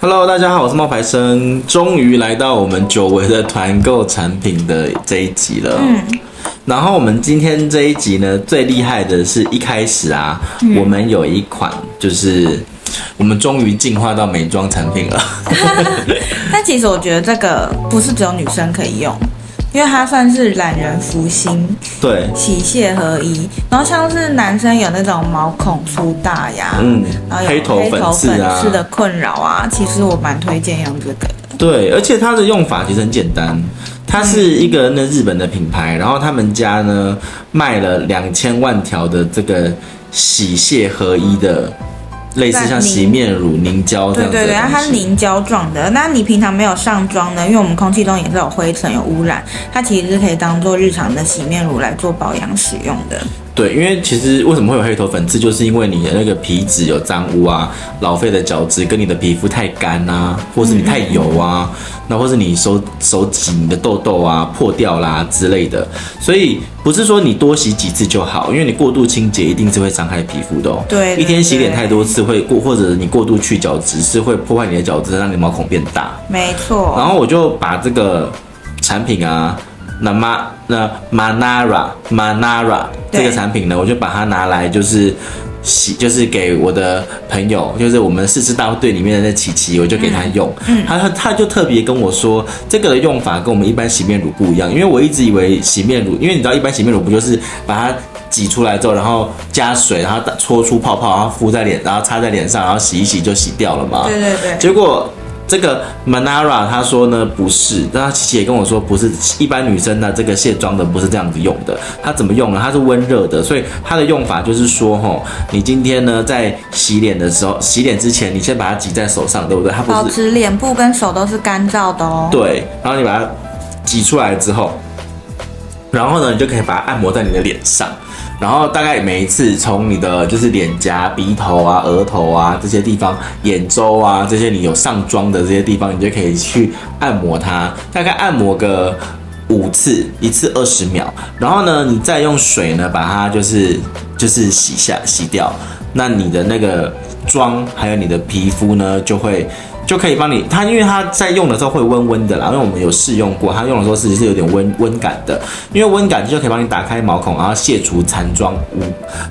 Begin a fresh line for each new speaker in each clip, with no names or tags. Hello，大家好，我是冒牌生，终于来到我们久违的团购产品的这一集了。嗯，然后我们今天这一集呢，最厉害的是一开始啊，
嗯
我们有一款就是我们终于进化到美妆产品了。
但其实我觉得这个不是只有女生可以用，因为它算是懒人福星，
对，
洗卸合一。然后像是男生有那种毛孔粗大呀，
嗯
然后有
黑头
哎黑头
粉刺
粉
啊
刺的困扰啊，其实我蛮推荐用这个的。
对，而且它的用法其实很简单，它是一个那日本的品牌，然后他们家呢卖了两千万条的这个洗卸合一的，类似像洗面乳、凝胶这
对
样子的
对对，
东西
它是凝胶状的。那你平常没有上妆呢，因为我们空气中也是有灰尘、有污染，它其实是可以当做日常的洗面乳来做保养使用的。
对，因为其实为什么会有黑头粉刺，就是因为你的那个皮脂有脏污啊，老废的角质跟你的皮肤太干啊，或是你太油啊，
嗯
那或是你手手指你的痘痘啊破掉啦、之类的，所以不是说你多洗几次就好，因为你过度清洁一定是会伤害皮肤的、哦。
对对
一天洗脸
对
太多次会过，或者你过度去角质是会破坏你的角质，让你的毛孔变大。
没错。
然后我就把这个产品啊，那马那 Manara Manara
对
这个产品呢，我就把它拿来就是洗，就是给我的朋友，就是我们四支大队里面的那琪琪，我就给他用。
嗯
他他他就特别跟我说，这个的用法跟我们一般洗面乳不一样，因为我一直以为洗面乳，因为你知道一般洗面乳不就是把它。挤出来之后，然后加水，然后打搓出泡泡，然后敷在脸，然后擦在脸上，然后洗一洗就洗掉了嘛。
对对对。
结果这个 Manara 他说呢不是，但他琪琪也跟我说不是，一般女生的这个卸妆的不是这样子用的，它怎么用呢？它是温热的，所以它的用法就是说，吼，你今天呢在洗脸的时候，洗脸之前你先把它挤在手上，对不对？它不
保
是
持脸部跟手都是干燥的哦。
对，然后你把它挤出来之后，然后呢，你就可以把它按摩在你的脸上，然后大概每一次从你的就是脸颊、鼻头啊、额头啊这些地方、眼周啊这些你有上妆的这些地方，你就可以去按摩它，大概按摩个。五次，一次二十秒，然后呢，你再用水呢把它就是就是洗下洗掉，那你的那个妆还有你的皮肤呢就会就可以帮你它，因为它在用的时候会温温的啦，因为我们有试用过，它用的时候是是有点温温感的，因为温感就可以帮你打开毛孔，然后卸除残妆污、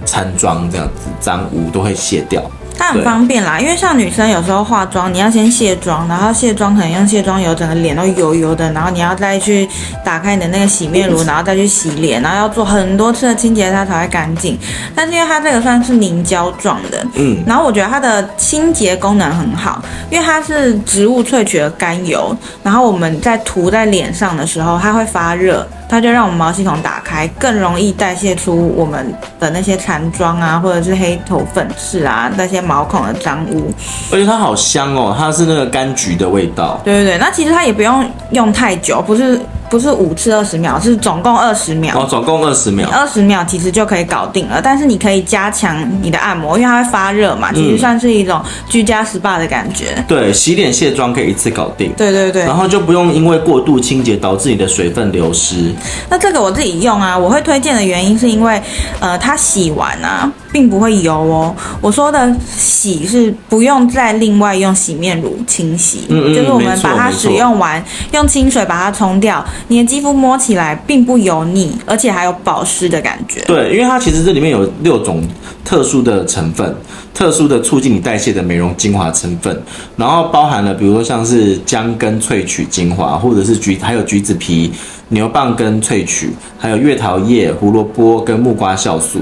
残妆这样子脏污都会卸掉。
它很方便啦，因为像女生有时候化妆，你要先卸妆，然后卸妆可能用卸妆油，整个脸都油油的，然后你要再去打开你的那个洗面乳，然后再去洗脸，然后要做很多次的清洁它才会干净。但是因为它这个算是凝胶状的，
嗯，
然后我觉得它的清洁功能很好，因为它是植物萃取的甘油，然后我们在涂在脸上的时候，它会发热，它就让我们毛细孔打开，更容易代谢出我们的那些残妆啊，或者是黑头粉刺啊，那些毛孔的脏污。
而且它好香哦，它是那个柑橘的味道。
对对对，那其实它也不用用太久，不是不是五次二十秒，是总共二十秒。
哦，总共二十秒。
二十秒其实就可以搞定了，但是你可以加强你的按摩，因为它会发热嘛，其实算是一种居家 SPA 的感觉。
对，洗脸卸妆可以一次搞定，
对对对
然，后就不用因为过度清洁导致你的水分流失。
那这个我自己用啊，我会推荐的原因是因为，呃，它洗完啊，并不会油哦。我说的洗是不用再另外用洗面乳清洗，
嗯嗯
就是我
没
们
错
把它
没错
使用完，用清水把它冲掉，你的肌肤摸起来并不油腻，而且还有保湿的感觉。
对，因为它其实这里面有六种特殊的成分，特殊的促进你代谢的美容精华成分，然后包含了比如说像是姜根萃取精华，或者是橘，还有橘子皮、牛蒡根萃取，还有月桃叶、胡萝卜跟木瓜酵素。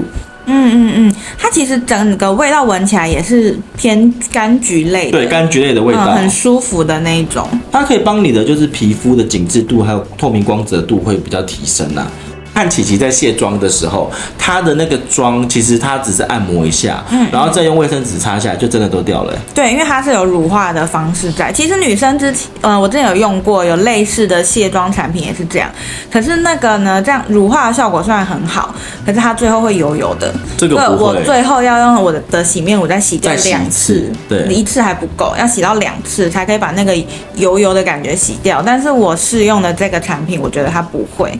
嗯嗯嗯，它其实整个味道闻起来也是偏柑橘类的，
对，柑橘类的味道，
嗯，很舒服的那一种。
它可以帮你的就是皮肤的紧致度还有透明光泽度会比较提升啊。看琪琪在卸妆的时候，她的那个妆其实她只是按摩一下，
嗯
然后再用卫生纸擦下来，就真的都掉了欸、
对，因为它是有乳化的方式在。其实女生之前，呃，我之前有用过有类似的卸妆产品也是这样，可是那个呢，这样乳化的效果虽然很好，可是它最后会油油的。
这个
对
不
我
会
最后要用我的的洗面乳再洗掉
再洗一
两
次对
一次还不够，要洗到两次才可以把那个油油的感觉洗掉。但是我试用的这个产品，我觉得它不会，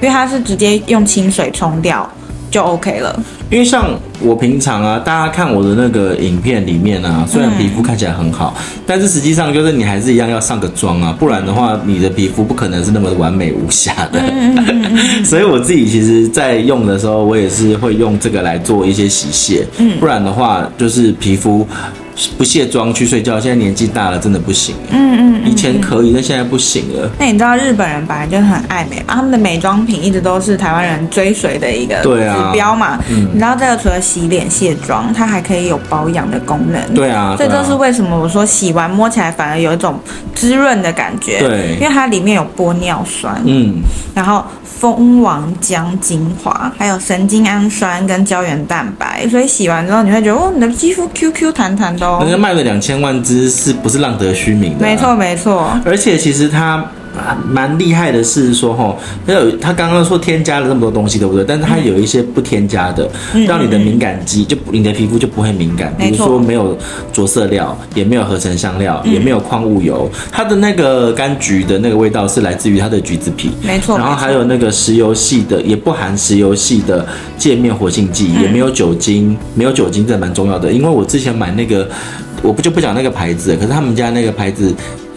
因为它是直接用清水冲掉。就 OK 了。
因为像我平常啊，大家看我的那个影片里面啊，虽
嗯
然皮肤看起来很好，但是实际上就是你还是一样要上个妆啊，不然的话你的皮肤不可能是那么完美无瑕的。
嗯
所以我自己其实，在用的时候，我也是会用这个来做一些洗卸，
嗯
不然的话就是皮肤不卸妆去睡觉。现在年纪大了，真的不行。嗯嗯，以前可以，但现在不行了。
那你知道日本人本来就很爱美嘛，他们的美妆品一直都是台湾人追随的一个
对啊
指标嘛。你知道这个除了洗脸卸妆，它还可以有保养的功能。
对啊，
所以
对
这
啊
是为什么我说洗完摸起来反而有一种滋润的感觉，
对
因为它里面有玻尿酸，
嗯，
然后蜂王浆精华，还有神经氨酸跟胶原蛋白，所以洗完之后你会觉得哦，你的肌肤 Q Q 弹弹的
人家
哦，
卖了两千万只，是不是浪得虚名的、啊
没错。没错，
而且其实它啊蛮厉害的是说，吼，它有它刚刚说添加了那么多东西，对不对？但是它有一些不添加的，让你的敏感肌就不你的皮肤就不会敏感，比
嗯没
如
错嗯
说没有着色料，也没有合成香料，也没有矿物油，它的那个柑橘的那个味道是来自于它的橘子皮。
没错，
然后
没错
还有那个石油系的，也不含石油系的界面活性剂，
嗯
也没有酒精，没有酒精这蛮重要的。因为我之前买那个，我不就不讲那个牌子了，可是他们家那个牌子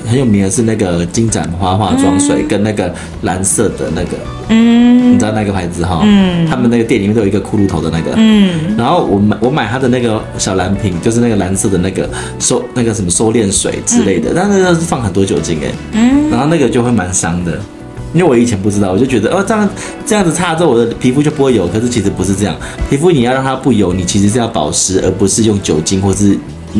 很有名的是那个金盏花化妆水跟那个蓝色的那个，
嗯
你知道那个牌子哈？嗯，他们那个店里面都有一个骷髅头的那个，
嗯，
然后我买我买它的那个小蓝瓶，就是那个蓝色的那个收那个什么收敛水之类的，
嗯
但是那是放很多酒精哎、嗯，然后那个就会蛮伤的，因为我以前不知道，我就觉得哦这样这样子擦之后我的皮肤就不会油，可是其实不是这样，皮肤你要让它不油，你其实是要保湿，而不是用酒精或是。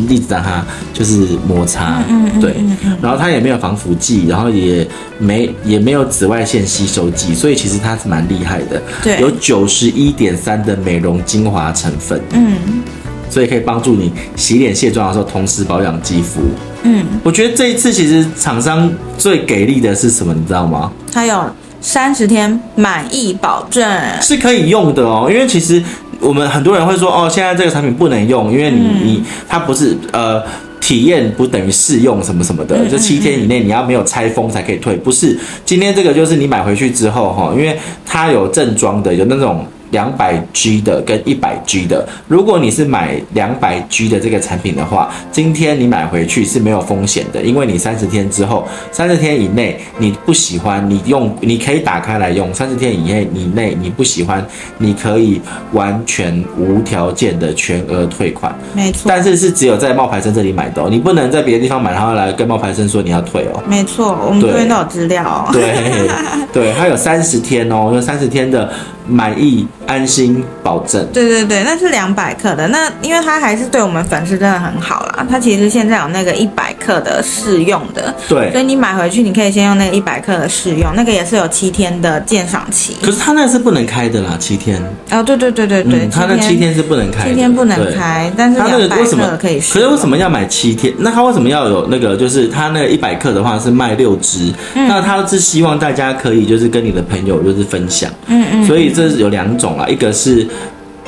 一直让它就是摩擦，对，然后它也没有防腐剂，然后也没也没有紫外线吸收剂，所以其实它是蛮厉害的，
对
有九十一点三的美容精华成分，嗯，所以可以帮助你洗脸卸妆的时候同时保养肌肤。嗯，我觉得这一次其实厂商最给力的是什么，你知道吗？
还有三十天满意保证，
是可以用的哦，因为其实我们很多人会说，哦，现在这个产品不能用，因为你、你它不是呃。体验不等于试用什么什么的，就七天以内你要没有拆封才可以退，不是？今天这个就是你买回去之后哈，因为它有正装的，有那种两百 G 的跟一百 G 的。如果你是买两百 G 的这个产品的话，今天你买回去是没有风险的，因为你三十天之后，三十天以内你不喜欢，你用你可以打开来用，三十天以内以内你不喜欢，你可以完全无条件的全额退款。
没错，
但是是只有在冒牌生这里买的、哦，你不能在别的地方买，然后来跟冒牌生说你要退 哦。
没错，我们
对
这边都有资料哦。
对，对，它有三十天哦，有三十天的满意安心保证。
对对对，那是两百克的。那因为它还是对我们粉丝真的很好啦。它其实现在有那个一百克的试用的，所
对，
以你买回去你可以先用那个一百克的试用，那个也是有七天的鉴赏期。
可是它那是不能开的啦，七天。
哦，对对对对对，
嗯，它那七天是不能开的，
七天不能
对。
开，但是
它那个
两百
为什么
克可以试
可
用。
是为什么要买七天？那它为什么要有那个？就是它那个一百克的话是卖六支，
嗯
那它是希望大家可以就是跟你的朋友就是分享。
嗯嗯，
所以这有两种啦，一个是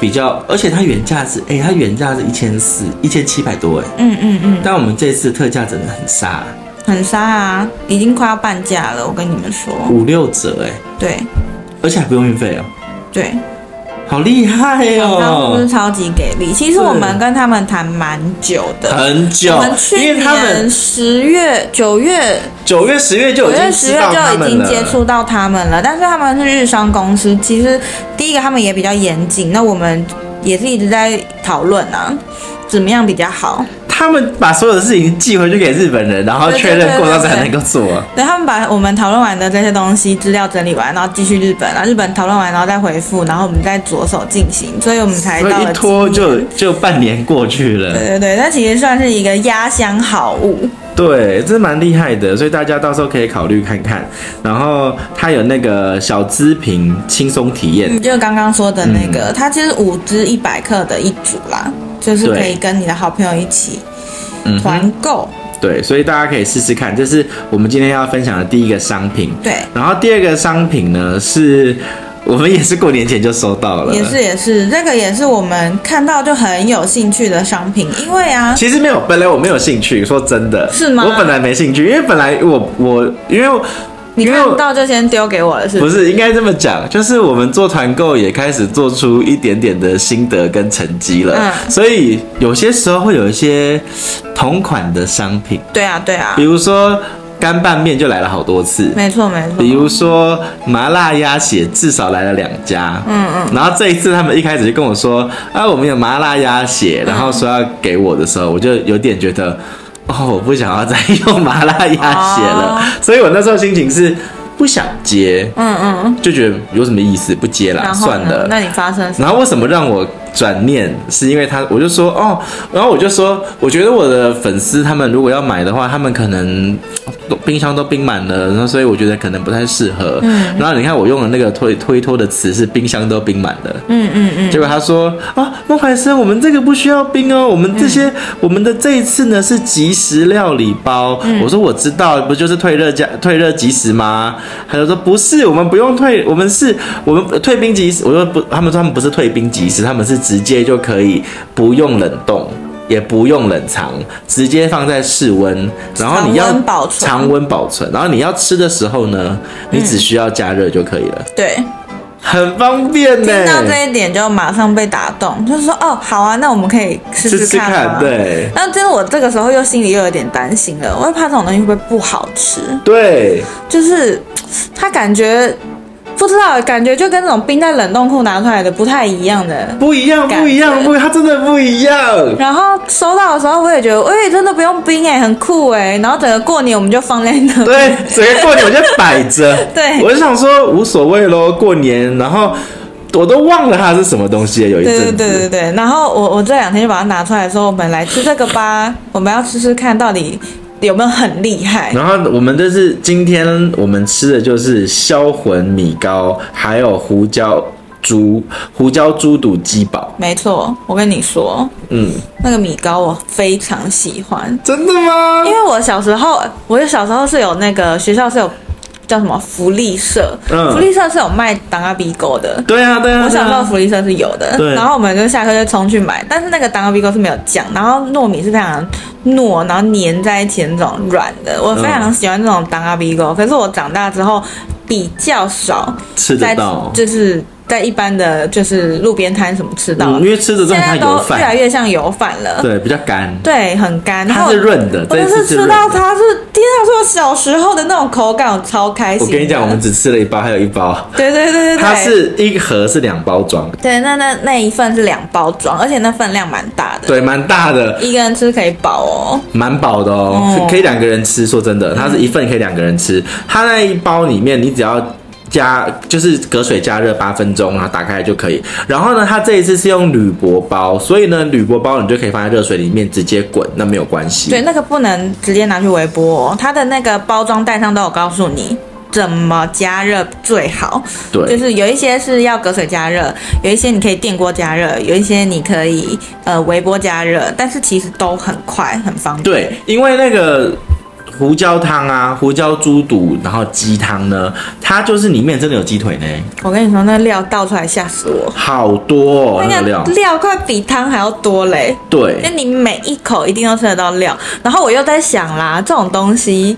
比较，而且它原价是，哎、它原价是一千四，一千七百多哎、
嗯嗯嗯，
但我们这次特价真的很杀，
很杀啊，已经快要半价了，我跟你们说。
五六折哎、
对
而且还不用运费哦，
对，
好厉害
然后是不是
哦！
超级给力？其实我们跟他们谈蛮久的。
很久
我们，
因
去
为他
年
们
十月、九月
九月、十月就
九
已经
月、十
知
月
道他
就已
们
经
了。
接触到他们了，但是他们是日商公司，其实第一个他们也比较严谨，那我们也是一直在讨论啊，怎么样比较好？
他们把所有的事情寄回去给日本人，然后
对对
确认
对
过
对
后才
对
能够做。
对他们把我们讨论完的这些东西资料整理完，然后寄去日本，然后日本讨论完，然后再回复，然后我们再着手进行，所以我们才
所
到
以一
了
拖
今年
就就半年过去了。
对对对，那其实算是一个压箱好物，
对，这蛮厉害的，所以大家到时候可以考虑看看。然后它有那个小资瓶轻松体验，
嗯，就刚刚说的那
嗯
个，它其实五支一百克的一组啦，就是可以
对
跟你的好朋友一起
嗯哼，
团购，
对，所以大家可以试试看。这是我们今天要分享的第一个商品。
对。
然后第二个商品呢，是我们也是过年前就收到了，
也是也是，这个也是我们看到就很有兴趣的商品，因为啊，
其实没有，本来我没有兴趣，说真的，
是吗
我本来没兴趣，因为本来我我因为
你
因为我
看到就先丢给我了，是
不
不是？
是应该这么讲，就是我们做团购也开始做出一点点的心得跟成绩了，
嗯
所以有些时候会有一些同款的商品，
对啊，对啊
比，如说干拌面就来了好多次，
没错没错。
比如说麻辣鸭血至少来了两家，嗯嗯，然后这一次他们一开始就跟我说，啊，我们有麻辣鸭血，然后说要给我的时候，我就有点觉得，哦，我不想要再用麻辣鸭血了，
哦
所以我那时候心情是不想接，
嗯嗯，
就觉得有什么意思，不接啦，
然后
算
呢？
了。
那你发生什么？
然后为什么让我转念？是因为他，我就说哦，然后我就说，我觉得我的粉丝他们如果要买的话，他们可能都冰箱都冰满了，然后所以我觉得可能不太适合。嗯，然后你看我用的那个推推脱的词是冰箱都冰满了，
嗯嗯嗯，
结果他说啊，孟怀生，我们这个不需要冰哦，我们这
嗯
些、我们的这一次呢是即食料理包。
嗯
我说我知道，不就是退热加退热即食吗？他就说不是，我们不用退，我们是我们呃退冰即食。我说不，他们说他们不是退冰即食，他们是直接就可以不用冷冻。也不用冷藏，直接放在室温，然后你要
常温保存
常温保存，然后你要吃的时候呢，你只需要加热就可以了，
对，
很方便呢、
嗯听到这一点就马上被打动，就是说哦，好啊，那我们可以试
试试
看
看，
啊。。
对。
但真的，我这个时候又心里又有点担心了，我会怕这种东西会不会不好吃，
对，
就是它感觉不知道，感觉就跟那种冰在冷冻库拿出来的不太一样的。
不一样，
感觉
不一样，不，它真的不一样。
然后收到的时候，我也觉得，哎、真的不用冰哎、很酷哎、然后整个过年我们就放在那。，
对，整个过年我就摆着
对
我就想说无所谓咯，过年，然后我都忘了它是什么东西了，有一
对对
阵
对对
子，
对，然后我我这两天就把它拿出来说，我们来吃这个吧，我们要试试看到底有没有很厉害。
然后我们就是今天我们吃的就是销魂米糕，还有胡椒猪胡椒猪肚鸡煲，
没错，我跟你说，
嗯，
那个米糕我非常喜欢，
真的吗
因？为我小时候，我小时候是有那个学校是有叫什么福利社，
嗯
福利社是有卖当阿比狗的。
对啊，对啊，
我
对
小时候
啊，
福利社是有的
对，
然后我们就下课就冲去买，但是那个当阿比狗是没有酱，然后糯米是非常糯，然后粘在一起的那种软的，我非
嗯
常喜欢这种当阿比狗。可是我长大之后比较少
吃得
在
到，哦
就是在一般的就是路边摊什么吃到
嗯，因为吃的这
现
种
在
它
都
油
越来
饭，
越像油饭了。
对，比较干，
对，很干。然
它
后
是润的，
我
呃这一
就
次
是
是
吃
润
到
的。
它是，天啊，是我小时候的那种口感，我超开
我
心的。
跟你讲，我们只吃了一包，还有一包，
对对对对对，
它是一盒是两包装，
对那那那一份是两包装，而且那份量蛮大的，
对，蛮大的，
一个人吃可以饱哦。
蛮饱的哦，
哦
可以两个人吃。说真的，它是一份可以两个人吃，它那一包里面你只要。加就是隔水加热八分钟，然后打开来就可以。然后呢，它这一次是用铝箔包，所以呢，铝箔包你就可以放在热水里面直接滚，那没有关系。
对，那个不能直接拿去微波、哦，它的那个包装袋上都有告诉你。怎么加热最好？
对
就是有一些是要隔水加热，有一些你可以电锅加热，有一些你可以呃微波加热，但是其实都很快，很方便。
对，因为那个胡椒汤啊，胡椒猪肚，然后鸡汤呢，它就是里面真的有鸡腿呢，
我跟你说，那料倒出来吓死我，
好多、哦、那
那
个料
个。料快比汤还要多嘞，
对
因，为你每一口一定都吃得到料。然后我又在想啦，这种东西，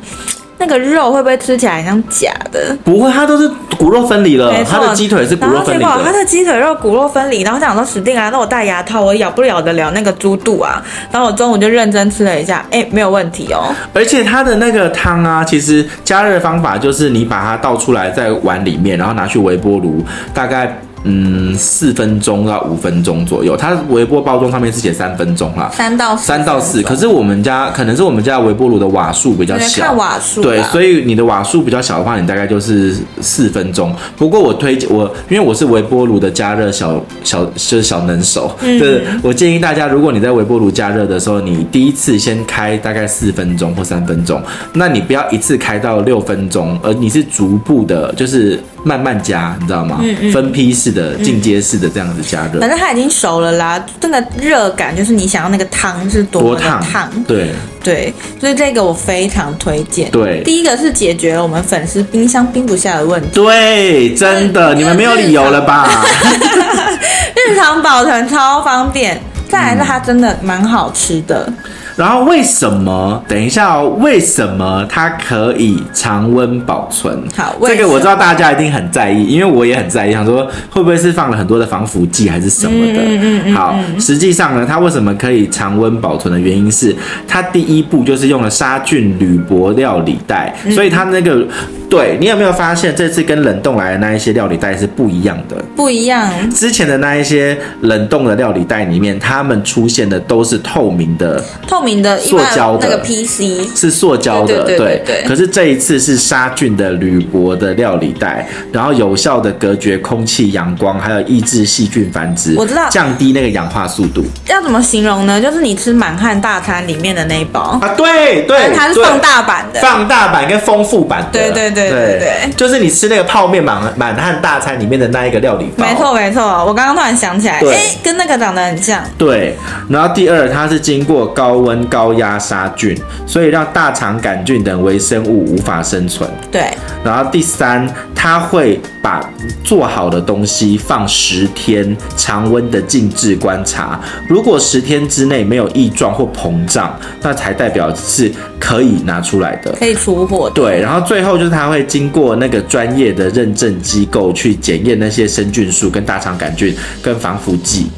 那个肉会不会吃起来像假的？
不会，它都是骨肉分离了，
没
呃它
错
的鸡腿是骨
然
肉
后
分
结
离
果 它
的。
的鸡腿肉骨肉分离，然后我想说死定啊，那我戴牙套我咬不了得了那个猪肚啊。然后我中午就认真吃了一下，哎，没有问题哦。
而且它的那个汤啊，其实加热方法就是你把它倒出来在碗里面，然后拿去微波炉，大概。嗯，四分钟到五分钟左右，它微波包装上面是写三分钟啦，
三到
三到四。可
是
是我们家可能是我们家微波炉的瓦数比较小
看，瓦数吧，
对，所以你的瓦数比较小的话，你大概就是四分钟。不过我推荐我，因为我是微波炉的加热小小就是小能手，
嗯
就是我建议大家，如果你在微波炉加热的时候，你第一次先开大概四分钟或三分钟，那你不要一次开到六分钟，而你是逐步的，就是慢慢加，你知道
嗯
吗？分批式的、进阶式的这样子加热，
反正它已经熟了啦，那个热感就是你想要那个汤是多么
多
的
烫
烫，
对
对，所以这个我非常推荐。
对
第一个是解决了我们粉丝冰箱冰不下的问题，
对，真的，你们没有理由了 吧？
日常保存超方便。再来是它真的蛮好吃的，
然后为什么？等一下哦，为什么它可以常温保存？
好为
这
什
个
么
我知道大家一定很在意，因为我也很在意，想说会不会是放了很多的防腐剂还是什么的？
嗯嗯嗯嗯
好，实际上呢，它为什么可以常温保存的原因是，它第一步就是用了杀菌铝箔料理袋，
嗯
所以它那个。对你有没有发现，这次跟冷冻来的那一些料理袋是不一样的？
不一样，
之前的那一些冷冻的料理袋里面，它们出现的都是透明的，
透明的，一
塑
般
胶
那
的
个 PC，
是塑胶的，
对对对对对
可是这一次是杀菌的铝箔的料理袋，然后有效的隔绝空气、阳光，还有抑制细菌繁殖，
我知道
降低那个氧化速度
要怎么形容呢？就是你吃满汉大餐里面的那一包，
啊！对对，
它是
对
放大版的，
放大版跟丰富版的，
对对对对对
就是你吃那个泡面满满汉大餐里面的那一个料理包，
没错没错。我刚刚突然想起来，
对
哎，跟那个长得很像，
对，然后第二，它是经过高温高压杀菌，所以让大肠杆菌等微生物无法生存。
对，
然后第三，它会把做好的东西放十天常温的静置观察，如果十天之内没有异状或膨胀，那才代表是可以拿出来的。
可以出货的，
对，然后最后就是它会经过那个专业的认证机构去检验那些生菌素、跟大肠杆菌、跟防腐剂。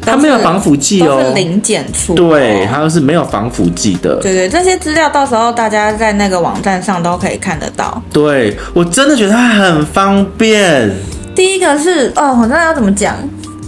它没有
都是
防腐剂哦，
都是零检出，
对，它都是没有防腐剂的。
对对，这些资料到时候大家在那个网站上都可以看得到。
对我真的觉得它很方便，
第一个是哦，我真的要怎么讲？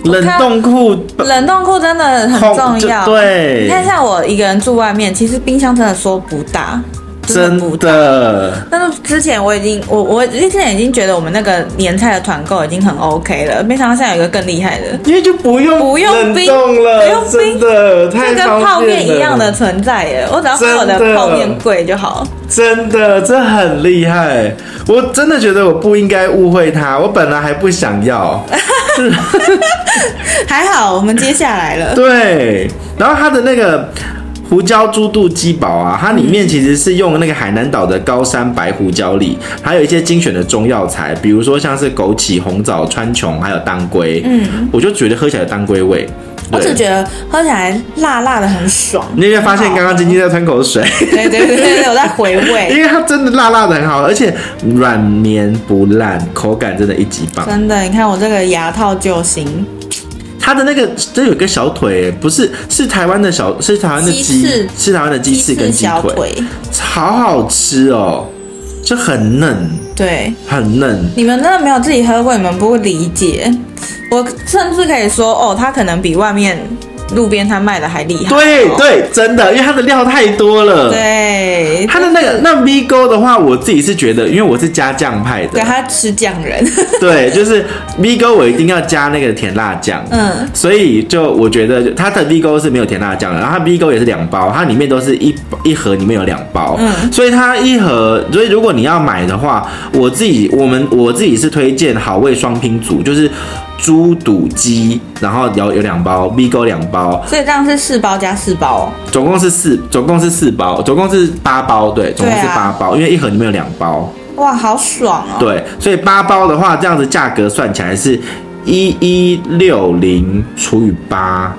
冷
看
冻库
冷冻库真的很重要。
就呃对
你看像我一个人住外面，其实冰箱真的说不大，真的不
真
大。
的
但是之前我已经，我我之前已经觉得我们那个年菜的团购已经很 OK 了，没想到现在有一个更厉害的，
因为就不用
不用
冷
冰
冻了，
不用
真
冰
的太
就跟
方
泡面
便了
一样的，存在耶。我只要放我的
真的
泡面柜就好。
真的这很厉害。我真的觉得我不应该误会它，我本来还不想 要。
还好我们接下来 了，
对，然后它的那个胡椒猪肚鸡煲啊，它里面其实是用那个海南岛的高山白胡椒粒，还有一些精选的中药材，比如说像是枸杞、红枣、川穹，还有当归。嗯，我就觉得喝起来有当归味。
我只
对，
觉得喝起来辣辣的很爽。
你有没有发现刚刚晶晶在吞口水？
对对对对，我在回味。
因为它真的辣辣的很好，而且软绵不烂，口感真的一级棒。
真的，你看我这个牙套救星，
它的那个这有一个小腿耶，不是是台湾的小，是台湾的
鸡翅
鸡，是台湾的鸡翅跟鸡
小
腿。
腿，
好好吃哦，就很嫩，
对，
很嫩。
你们真的没有自己喝过，你们不会理解。我甚至可以说，哦，它可能比外面路边摊卖的还厉害、
对
哦
对，真的，因为它的料太多了。
对，
它的那个那 V 勾的话，我自己是觉得，因为我是加酱派
对，
的，
他吃酱人，
对，就是 V 勾我一定要加那个甜辣酱。
嗯，
所以就我觉得它的 V 勾是没有甜辣酱的，然后它 V 勾也是两包，它里面都是一一盒里面有两包，
嗯
所以它一盒，所以如果你要买的话，我自己我们我自己是推荐好味双拼组，就是猪肚鸡，然后有有两包 V 勾两包，
所以这样是四包加四包、哦，
总共是四，总共是四包，总共是八包，对，总共是
对啊
八包，因为一盒里面有两包，
哇，好爽哦！
对，所以八包的话，这样子价格算起来是一一六零除以八，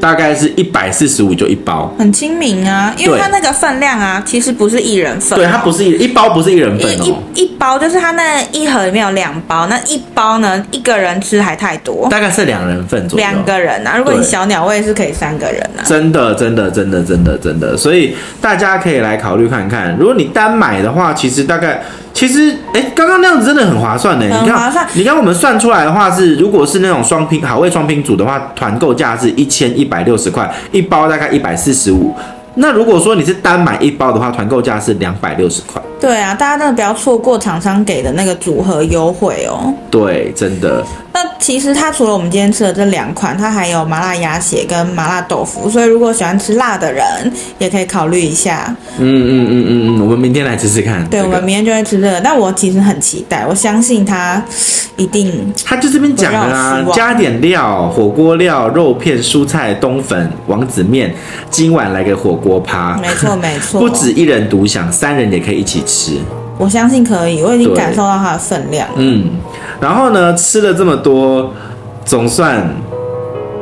大概是一百四十五就一包。
很亲民啊，因为
对
它那个分量啊，其实不是一人份，
对，它不是一一包不是一人份
一
哦，
一一包，就是它那一盒里面有两包，那一包呢，一个人吃还太多，
大概是两人份左右。
两个人啊。如果你
对
小鸟胃是可以三个人啊。
真的，真的，真的，真的，真的，所以大家可以来考虑看看。如果你单买的话，其实大概，其实，哎、刚刚那样子真的很划算呢。
很
你
划
看
算，
你看我们算出来的话是，如果是那种双拼好味双拼组的话，团购价是一千一百六十块，一包大概一百四十五。那如果说你是单买一包的话，团购价是两百六十块。
对啊，大家真的不要错过厂商给的那个组合优惠哦。
对，真的，
那其实它除了我们今天吃的这两款，它还有麻辣鸭血跟麻辣豆腐，所以如果喜欢吃辣的人，也可以考虑一下。
嗯嗯嗯嗯嗯，我们明天来试试看。
对，
这
我
个
们明天就会吃这个，但我其实很期待，我相信它一定
他就这边讲了
不让我
啦
失，望
加点料，火锅料、肉片、蔬菜、冬粉、王子面，今晚来个火锅趴，
没 错没错，
不止一人独享，三人也可以一起吃。
我相信可以，我已经
对
感受到它的分量了。
嗯，然后呢，吃了这么多，总算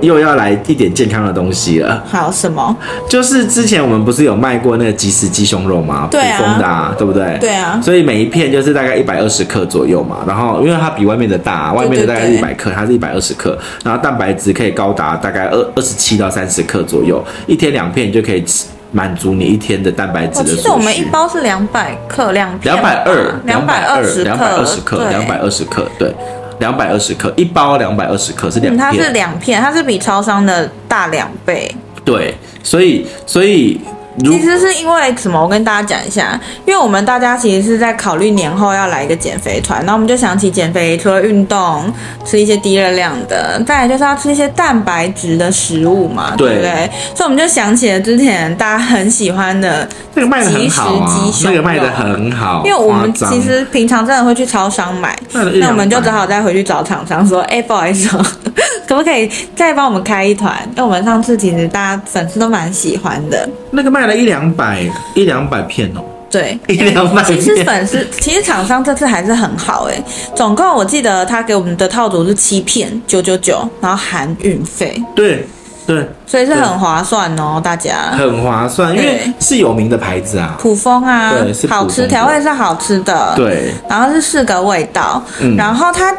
又要来一点健康的东西了。
还有什么？
就是之前我们不是有卖过那个即食鸡胸肉吗？
对啊
普通的啊，对不对？
对啊
所以每一片就是大概一百二十克左右嘛。然后因为它比外面的大，啊外面的大概
对
一
对
百克，它是一百二十克。然后蛋白质可以高达大概二二十七到三十克左右，一天两片你就可以吃满足你一天的蛋白质
我
的
其
所需。
实我们一包是两百克，两片
两百二，
两百二十克，
两百二十克，
对
两百。二十克，对，两百二十克，一包两百二十克是两
嗯，
片，
它是两片，它是比超商的大两倍。
对，所以所以如
其实是因为什么？我跟大家讲一下，因为我们大家其实是在考虑年后要来一个减肥团，然后我们就想起减肥除了运动，吃一些低热量的，再来就是要吃一些蛋白质的食物嘛，对
对
不对？所以我们就想起了之前大家很喜欢的，
那个卖的很好啊
即时鸡，胸
那
肉
个卖的很好，
因为我们
夸张
其实平常真的会去超商买，
卖了一
那我
两
们就
百
只好再回去找厂商说，哎、不好意思、哦， 可不可以再帮我们开一团？因为我们上次其实大家粉丝都蛮喜欢的，
那个卖了一两百一两百片哦，
对。
一两百
其实
片，
粉丝， 其实厂商这次还是很好哎、总共我记得他给我们的套组是七片九九九，然后含运费，
对对，
所以是很划算哦，大家。
很划算，因为
对
是有名的牌子啊，
普丰啊
对是，普丰
好吃，调味是好吃的，，
对，
然后是四个味道，
嗯
嗯然后它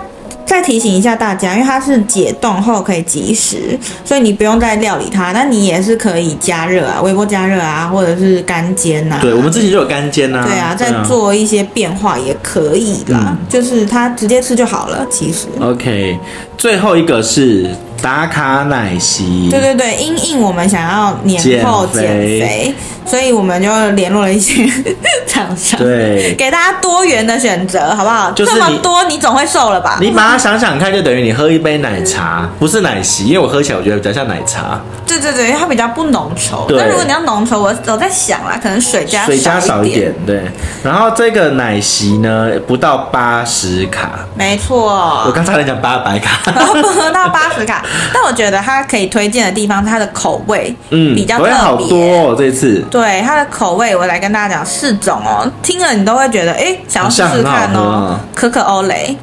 再提醒一下大家，因为它是解冻后可以即食，所以你不用再料理它，那你也是可以加热啊，微波加热啊，或者是干煎啊，
对，我们之前就有干煎嗯呐，
对啊，再做一些变化也可以啦，
嗯
就是它直接吃就好了。其实，
OK，最后一个是达卡奶昔，
对对对，因应我们想要年后减
减
肥，所以我们就联络了一些厂商，
对
给大家多元的选择，好不好？
就是
这么
你
多，你总会瘦了吧？
你把它想想看，就等于你喝一杯奶茶，不是奶昔，因为我喝起来我觉得比较像奶茶，
对对对，它比较不浓稠。
对
但如果你要浓稠，我我在想啦，可能水加
水加少
一
一。点，对。然后这个奶昔呢，不到八十卡，
没错，
我刚才在讲八百 卡，
然后不喝到八十卡，但我觉得它可以推荐的地方，它的口味
嗯，
比较
口
特
味
别，
好多哦，这次
对它的口味，我来跟大家讲四种哦，听了你都会觉得哎、诶想要试试看
好像很好喝啊。
哦可可欧蕾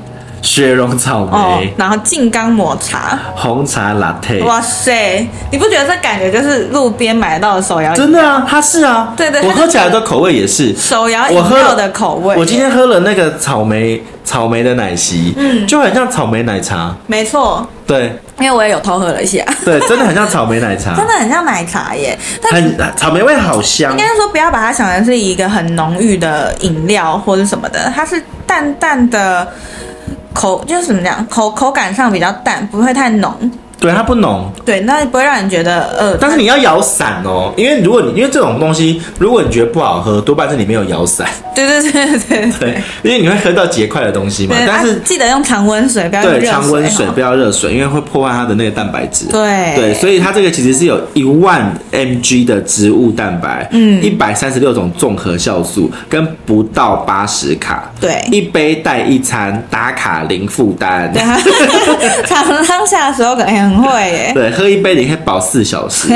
雪绒草
哦
莓、，
然后静冈抹茶，
红茶 latte，
哇塞，你不觉得这感觉就是路边买到的手摇
真的啊，它是啊，
对对
我
它
喝起来的口味也是。
手摇
我
饮
喝
料
了
的口味？
我今天喝了那个草莓草莓的奶昔，嗯，就很像草莓奶茶，
没错，
对
因为我也有偷喝了一下，
对，真的很像草莓奶茶，
真的很像奶茶耶，但
啊很草莓味好香
应，该说不要把它想成是一个很浓郁的饮料或者什么的，它是淡淡的口，就是怎么讲，口口感上比较淡，不会太浓。
对它不浓，
对，那不会让人觉得呃，
但是你要摇伞哦，因为如果你因为这种东西，如果你觉得不好喝，多半是你没有摇 伞，
对对对对对
对，因为你会喝到结块的东西嘛
对，。
但是
啊、记得用常温水，不要用
对
热
常温水
哦
不要热水，因为会破坏它的那个蛋白质。
对
对，所以它这个其实是有一万 mg 的植物蛋白，嗯，一百三十六种综合酵素，跟不到八十卡，
对
一杯带一餐，打卡零负担。
对啊，常当下的时候可能很会耶。
对，喝一杯你可以饱四小 时。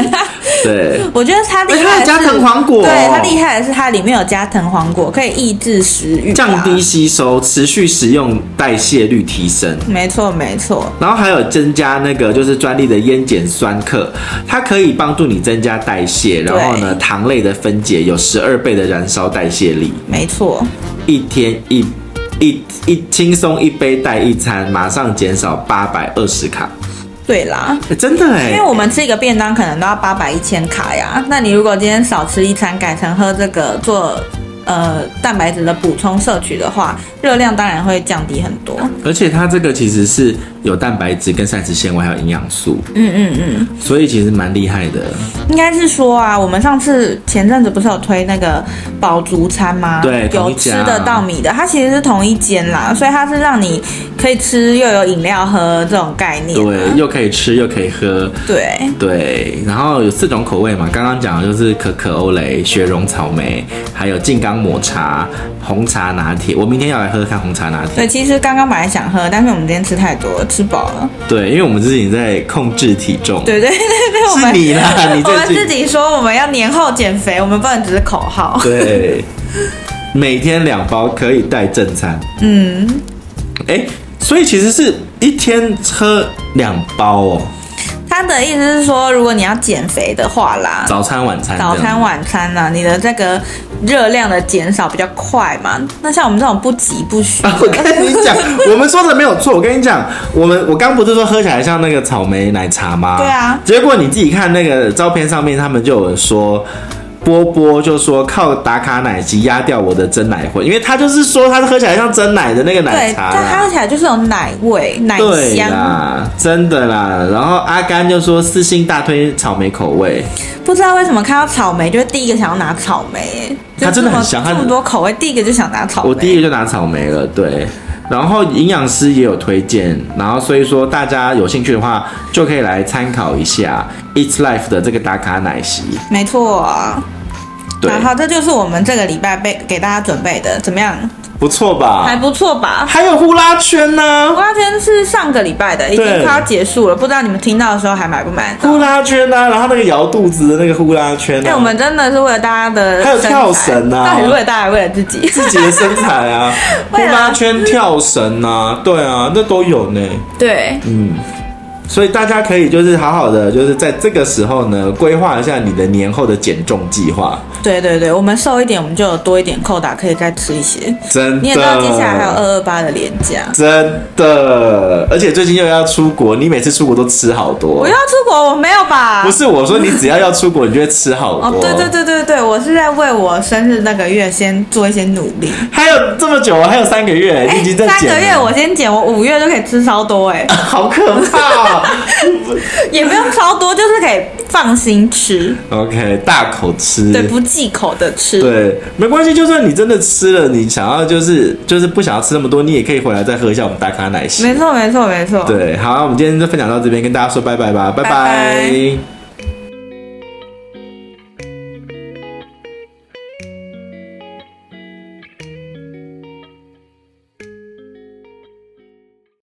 对，
我觉得它厉
而且它
害
有
的
加
是
藤黄果
对它厉害的是它里面有加藤黄果，可以抑制食欲，啊
降低。吸收，持续使用，代谢率提升。
没错没错，
然后还有增加那个就是专利的烟碱酸克，它可以帮助你增加代谢，然后呢糖类的分解有十二倍的燃烧代谢力，
没错。
一天一一一轻松一杯带一餐，马上减少八百二十卡，
对啦，
诶真的哎、
因为我们吃一个便当可能都要八百一千卡呀，那你如果今天少吃一餐，改成喝这个做呃蛋白质的补充摄取的话，热量当然会降低很多。
而且它这个其实是有蛋白质跟膳食纤维还有营养素，
嗯嗯嗯，
所以其实蛮厉害的。
应该是说啊，我们上次前阵子不是有推那个饱足餐吗？
对同
有
一
吃
家
得到米的，它其实是同一间啦，所以它是让你可以吃又有饮料喝这种概念啊、
对，又可以吃又可以喝，
对
对，然后有四种口味嘛，刚刚讲的就是可可欧蕾、雪绒草莓，还有静冈抹茶、红茶拿铁。我明天要来喝喝看红茶拿铁。
对，其实刚刚本来想喝，但是我们今天吃太多了，吃饱了。
对，因为我们之前在控制体重。，
对对对对，我
是
们
你 啦，你
我
最
们自
近。
己说我们要年后减肥，我们不能只是口号。
对，每天两包可以带正餐。
嗯，
哎，所以其实是一天喝两包哦。
它他的意思是说，如果你要减肥的话啦，
早餐、晚餐这样
早
子，
餐、晚餐呢、你的这个热量的减少比较快嘛。那像我们这种不急不徐 的，
啊，我跟你讲，我们说的没有错。我跟你讲，我们我刚不是说喝起来像那个草莓奶茶吗？
对啊
结果你自己看那个照片上面，他们就有说。波波就说靠打卡奶昔压掉我的真奶混，因为他就是说他喝起来像真奶的那个奶
对，
茶
但它
啦
喝，起来就是有奶味、奶
对
香，
啦，真的啦。然后阿甘就说四星大推草莓口味，
不知道为什么看到草莓就会第一个想要拿草莓、就
它真的
这么
很香它
这么多口味，第一个就想拿草莓。
我第一个就拿草莓了，对。然后营养师也有推荐，然后所以说大家有兴趣的话，就可以来参考一下 It's Life 的这个打卡奶昔。
没错啊、
对，
然后这就是我们这个礼拜被给大家准备的，怎么样？
不错
还
吧？
不错吧？
还有呼啦圈呢、
花圈是上个礼拜的，已经
对哦
快要结束了，不知道你们听到的时候还买不买得到？
呼啦圈呢、啊然后那个摇肚子的那个呼啦圈、啊，
哎，我们真的是为了大家的身材，
还有跳绳啊
那也是为了大家，为了自 己。
自己的身材 啊，呼
为了
啦圈、跳绳啊，对啊，那都有呢。
对，
嗯，所以大家可以就是好好的，就是在这个时候呢，规划一下你的年后的减重计划。
对对对，我们瘦一点，我们就有多一点扣打，可以再吃一些。
真的，
你也知道，接下来还有二二八的廉价。
真的，而且最近又要出国，你每次出国都吃好多
我要。出国，我没有吧？
不是我说，你只要要出国，你就会吃好多。
哦，对对。对对对，我是在为我生日那个月先做一些努力。
还有这么久，啊还有三个月，你已经在
哎三
减了
个月我先减，我五月就可以吃超多哎、
好可怕、哦。
也不用超多，就是可以放心吃，
OK，大口吃。
对，不忌口的吃。
对没关系，就算你真的吃了，你想要就是就是不想要吃那么多，你也可以回来再喝一下我们打卡奶昔。
没错，没错，没错。
对，好，我们今天就分享到这边，跟大家说拜拜吧，拜
拜拜